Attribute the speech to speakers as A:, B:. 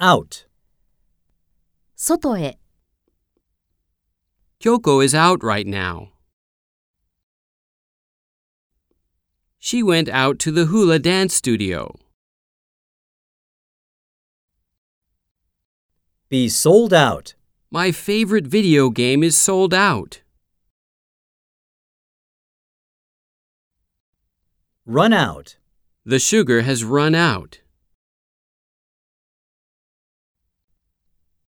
A: Out.
B: 外へ、
C: Kyoko is out right now. She went out to the hula dance studio.
A: Be sold out.
C: My favorite video game is sold out.
A: Run out.
C: The sugar has run out.